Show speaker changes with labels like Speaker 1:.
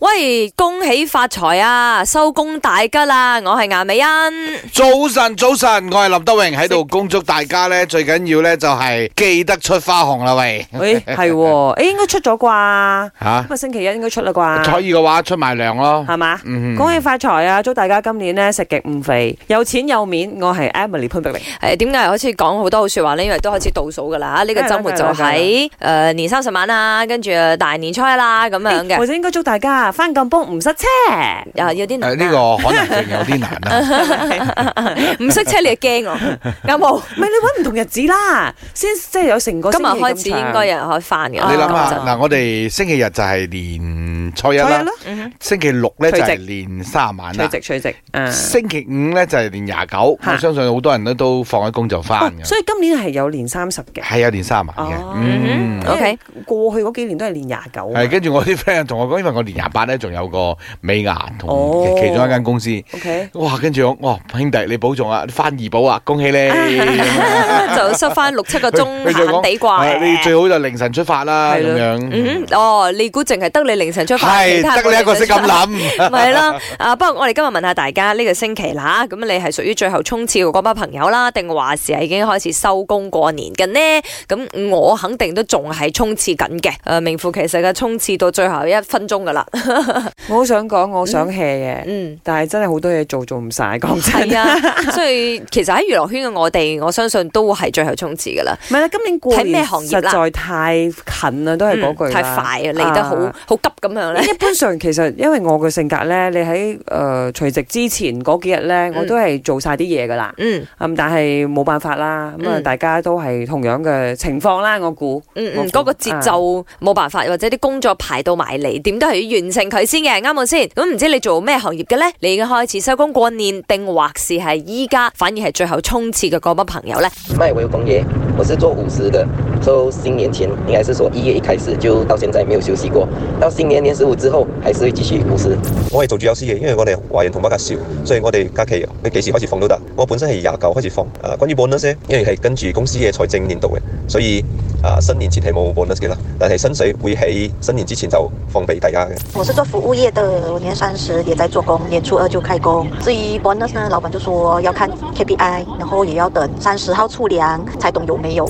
Speaker 1: 喂，恭喜發財啊！收工大吉啦！我係顏美欣，
Speaker 2: 早晨，早晨，我係林德榮喺度恭祝大家咧，最緊要咧就係記得出花紅啦喂，
Speaker 3: 诶，系喎， 诶，应该出咗啩，
Speaker 2: 吓
Speaker 3: 今日星期一應該出啦啩
Speaker 2: 可，以嘅話出埋糧咯，
Speaker 3: 係嘛？
Speaker 2: 嗯
Speaker 3: 恭喜發財啊！祝大家今年咧食極唔肥，有錢有面。我係 Emily 潘碧玲，
Speaker 1: 誒點解又開始講好多好說話呢？因為都開始倒數噶啦，呢、個週末就
Speaker 3: 梗係啦
Speaker 1: 喺誒年三十晚啦，跟住誒大年初一啦咁樣
Speaker 3: 誒
Speaker 1: 嘅
Speaker 3: 或，者應該祝大家翻咁煲唔塞 車。
Speaker 1: 啊有啲難
Speaker 2: 誒
Speaker 1: 啊
Speaker 2: 呢、個可能性有啲難啊啦，
Speaker 1: 唔識車你就驚我，有冇？
Speaker 3: 唔係你揾唔同日子啦，先即係有成個
Speaker 1: 今日
Speaker 3: 開
Speaker 1: 開始應該有人可以翻嘅
Speaker 2: 你
Speaker 1: 啦，
Speaker 2: 諗
Speaker 3: 啊
Speaker 2: 下
Speaker 1: 講真
Speaker 2: 嗱，我哋星期日就係年初一
Speaker 3: 初一
Speaker 2: 啦
Speaker 3: 啦，，
Speaker 1: 嗯哼
Speaker 2: 星期六咧就係
Speaker 3: 除
Speaker 2: 年三晚
Speaker 3: 除
Speaker 2: 啦，
Speaker 3: 夕除夕，嗯
Speaker 2: 星期五咧就係年廿九，
Speaker 3: 嚇
Speaker 2: 我相信好多人咧都放咗工就翻
Speaker 3: 哦
Speaker 2: 嘅，
Speaker 3: 所以今年係有年三十嘅。
Speaker 2: 係有啊年三晚嘅
Speaker 3: 哦，
Speaker 2: 嗯。
Speaker 1: 嗯 OK
Speaker 3: 過去嗰幾年都係年廿九。啊
Speaker 2: 係跟住我啲 friend 同我講，因為我年廿八咧仲有個美牙同
Speaker 3: 哦
Speaker 2: 其中一間公司。
Speaker 3: OK，
Speaker 2: 哇！跟住我，哇，哦兄弟你保重啊，翻怡保啊，恭喜你！佢
Speaker 1: 啊 就塞翻六七個鐘
Speaker 2: 佢就
Speaker 1: 閒
Speaker 2: 講
Speaker 1: 地
Speaker 2: 啊你
Speaker 1: 啩。
Speaker 2: 最好就凌晨出發啦，
Speaker 3: 係
Speaker 2: 咁
Speaker 3: 咯
Speaker 2: 樣
Speaker 1: 嗯哼，哦，你估淨係得你凌晨出發，
Speaker 2: 係
Speaker 1: 其他人
Speaker 2: 得你一個識咁諗。
Speaker 1: 咪係啦，啊不過我哋今日問下大家呢、個星期啦，咁你係屬於最後衝刺嘅嗰班朋友啦，定話是係已經開始收工過年嘅呢？咁我肯定都仲係衝刺緊嘅，誒、呃名副其實嘅衝刺到最後一分鐘噶 啦，
Speaker 3: 我好想講，我想 hea 嘅，
Speaker 1: 嗯。
Speaker 3: 但係真係好多嘢做，做唔晒。講真
Speaker 1: 係。啊，所以其實喺娛樂圈嘅我哋，我相信都會係最後衝刺噶啦。
Speaker 3: 唔係啦，今年過
Speaker 1: 睇咩
Speaker 3: 年
Speaker 1: 行業
Speaker 3: 實
Speaker 1: 啦
Speaker 3: 在太近啦，都係嗰句
Speaker 1: 嗯
Speaker 3: 啦
Speaker 1: 太快啊，嚟得好
Speaker 3: 啊
Speaker 1: 好急咁樣咧。
Speaker 3: 一般上其實因為我嘅性格咧，你喺誒除夕之前嗰幾日咧，我都係做晒啲嘢噶啦。
Speaker 1: 嗯
Speaker 3: 咁但係冇辦法啦，咁啊
Speaker 1: 嗯
Speaker 3: 大家都係同樣嘅情況啦，我估。
Speaker 1: 嗯
Speaker 3: 我啊
Speaker 1: 嗯，
Speaker 3: 估
Speaker 1: 嗰個節奏冇辦法，或者啲工作排到埋嚟，點都係要完成佢先嘅，啱冇先？咁唔知你做咩行業嘅呢？你已經開始收工過年，定或是係依家反而係最後衝刺嘅嗰班朋友呢？
Speaker 4: 麦维红爷，我是做五十的，so, 新年前应该是说一月一开始就到现在没有休息过，到新年年十五之后还是会继续五十。
Speaker 5: 我係做住有師嘅，因為我哋華人同胞較少，所以我哋假期你幾時開始放都得。我本身係廿九開始放。誒、啊關於 bonus 咧，因為係跟住公司嘅財政年度嘅，所以啊、新年前係冇 bonus 嘅啦，但係薪水會喺新年之前就放俾大家嘅。
Speaker 6: 我是做服务业的，我年三十也在做工，年初二就开工。至于 bonus 呢，老板就说要看 KPI，然后也要等三十号出粮才懂有没有。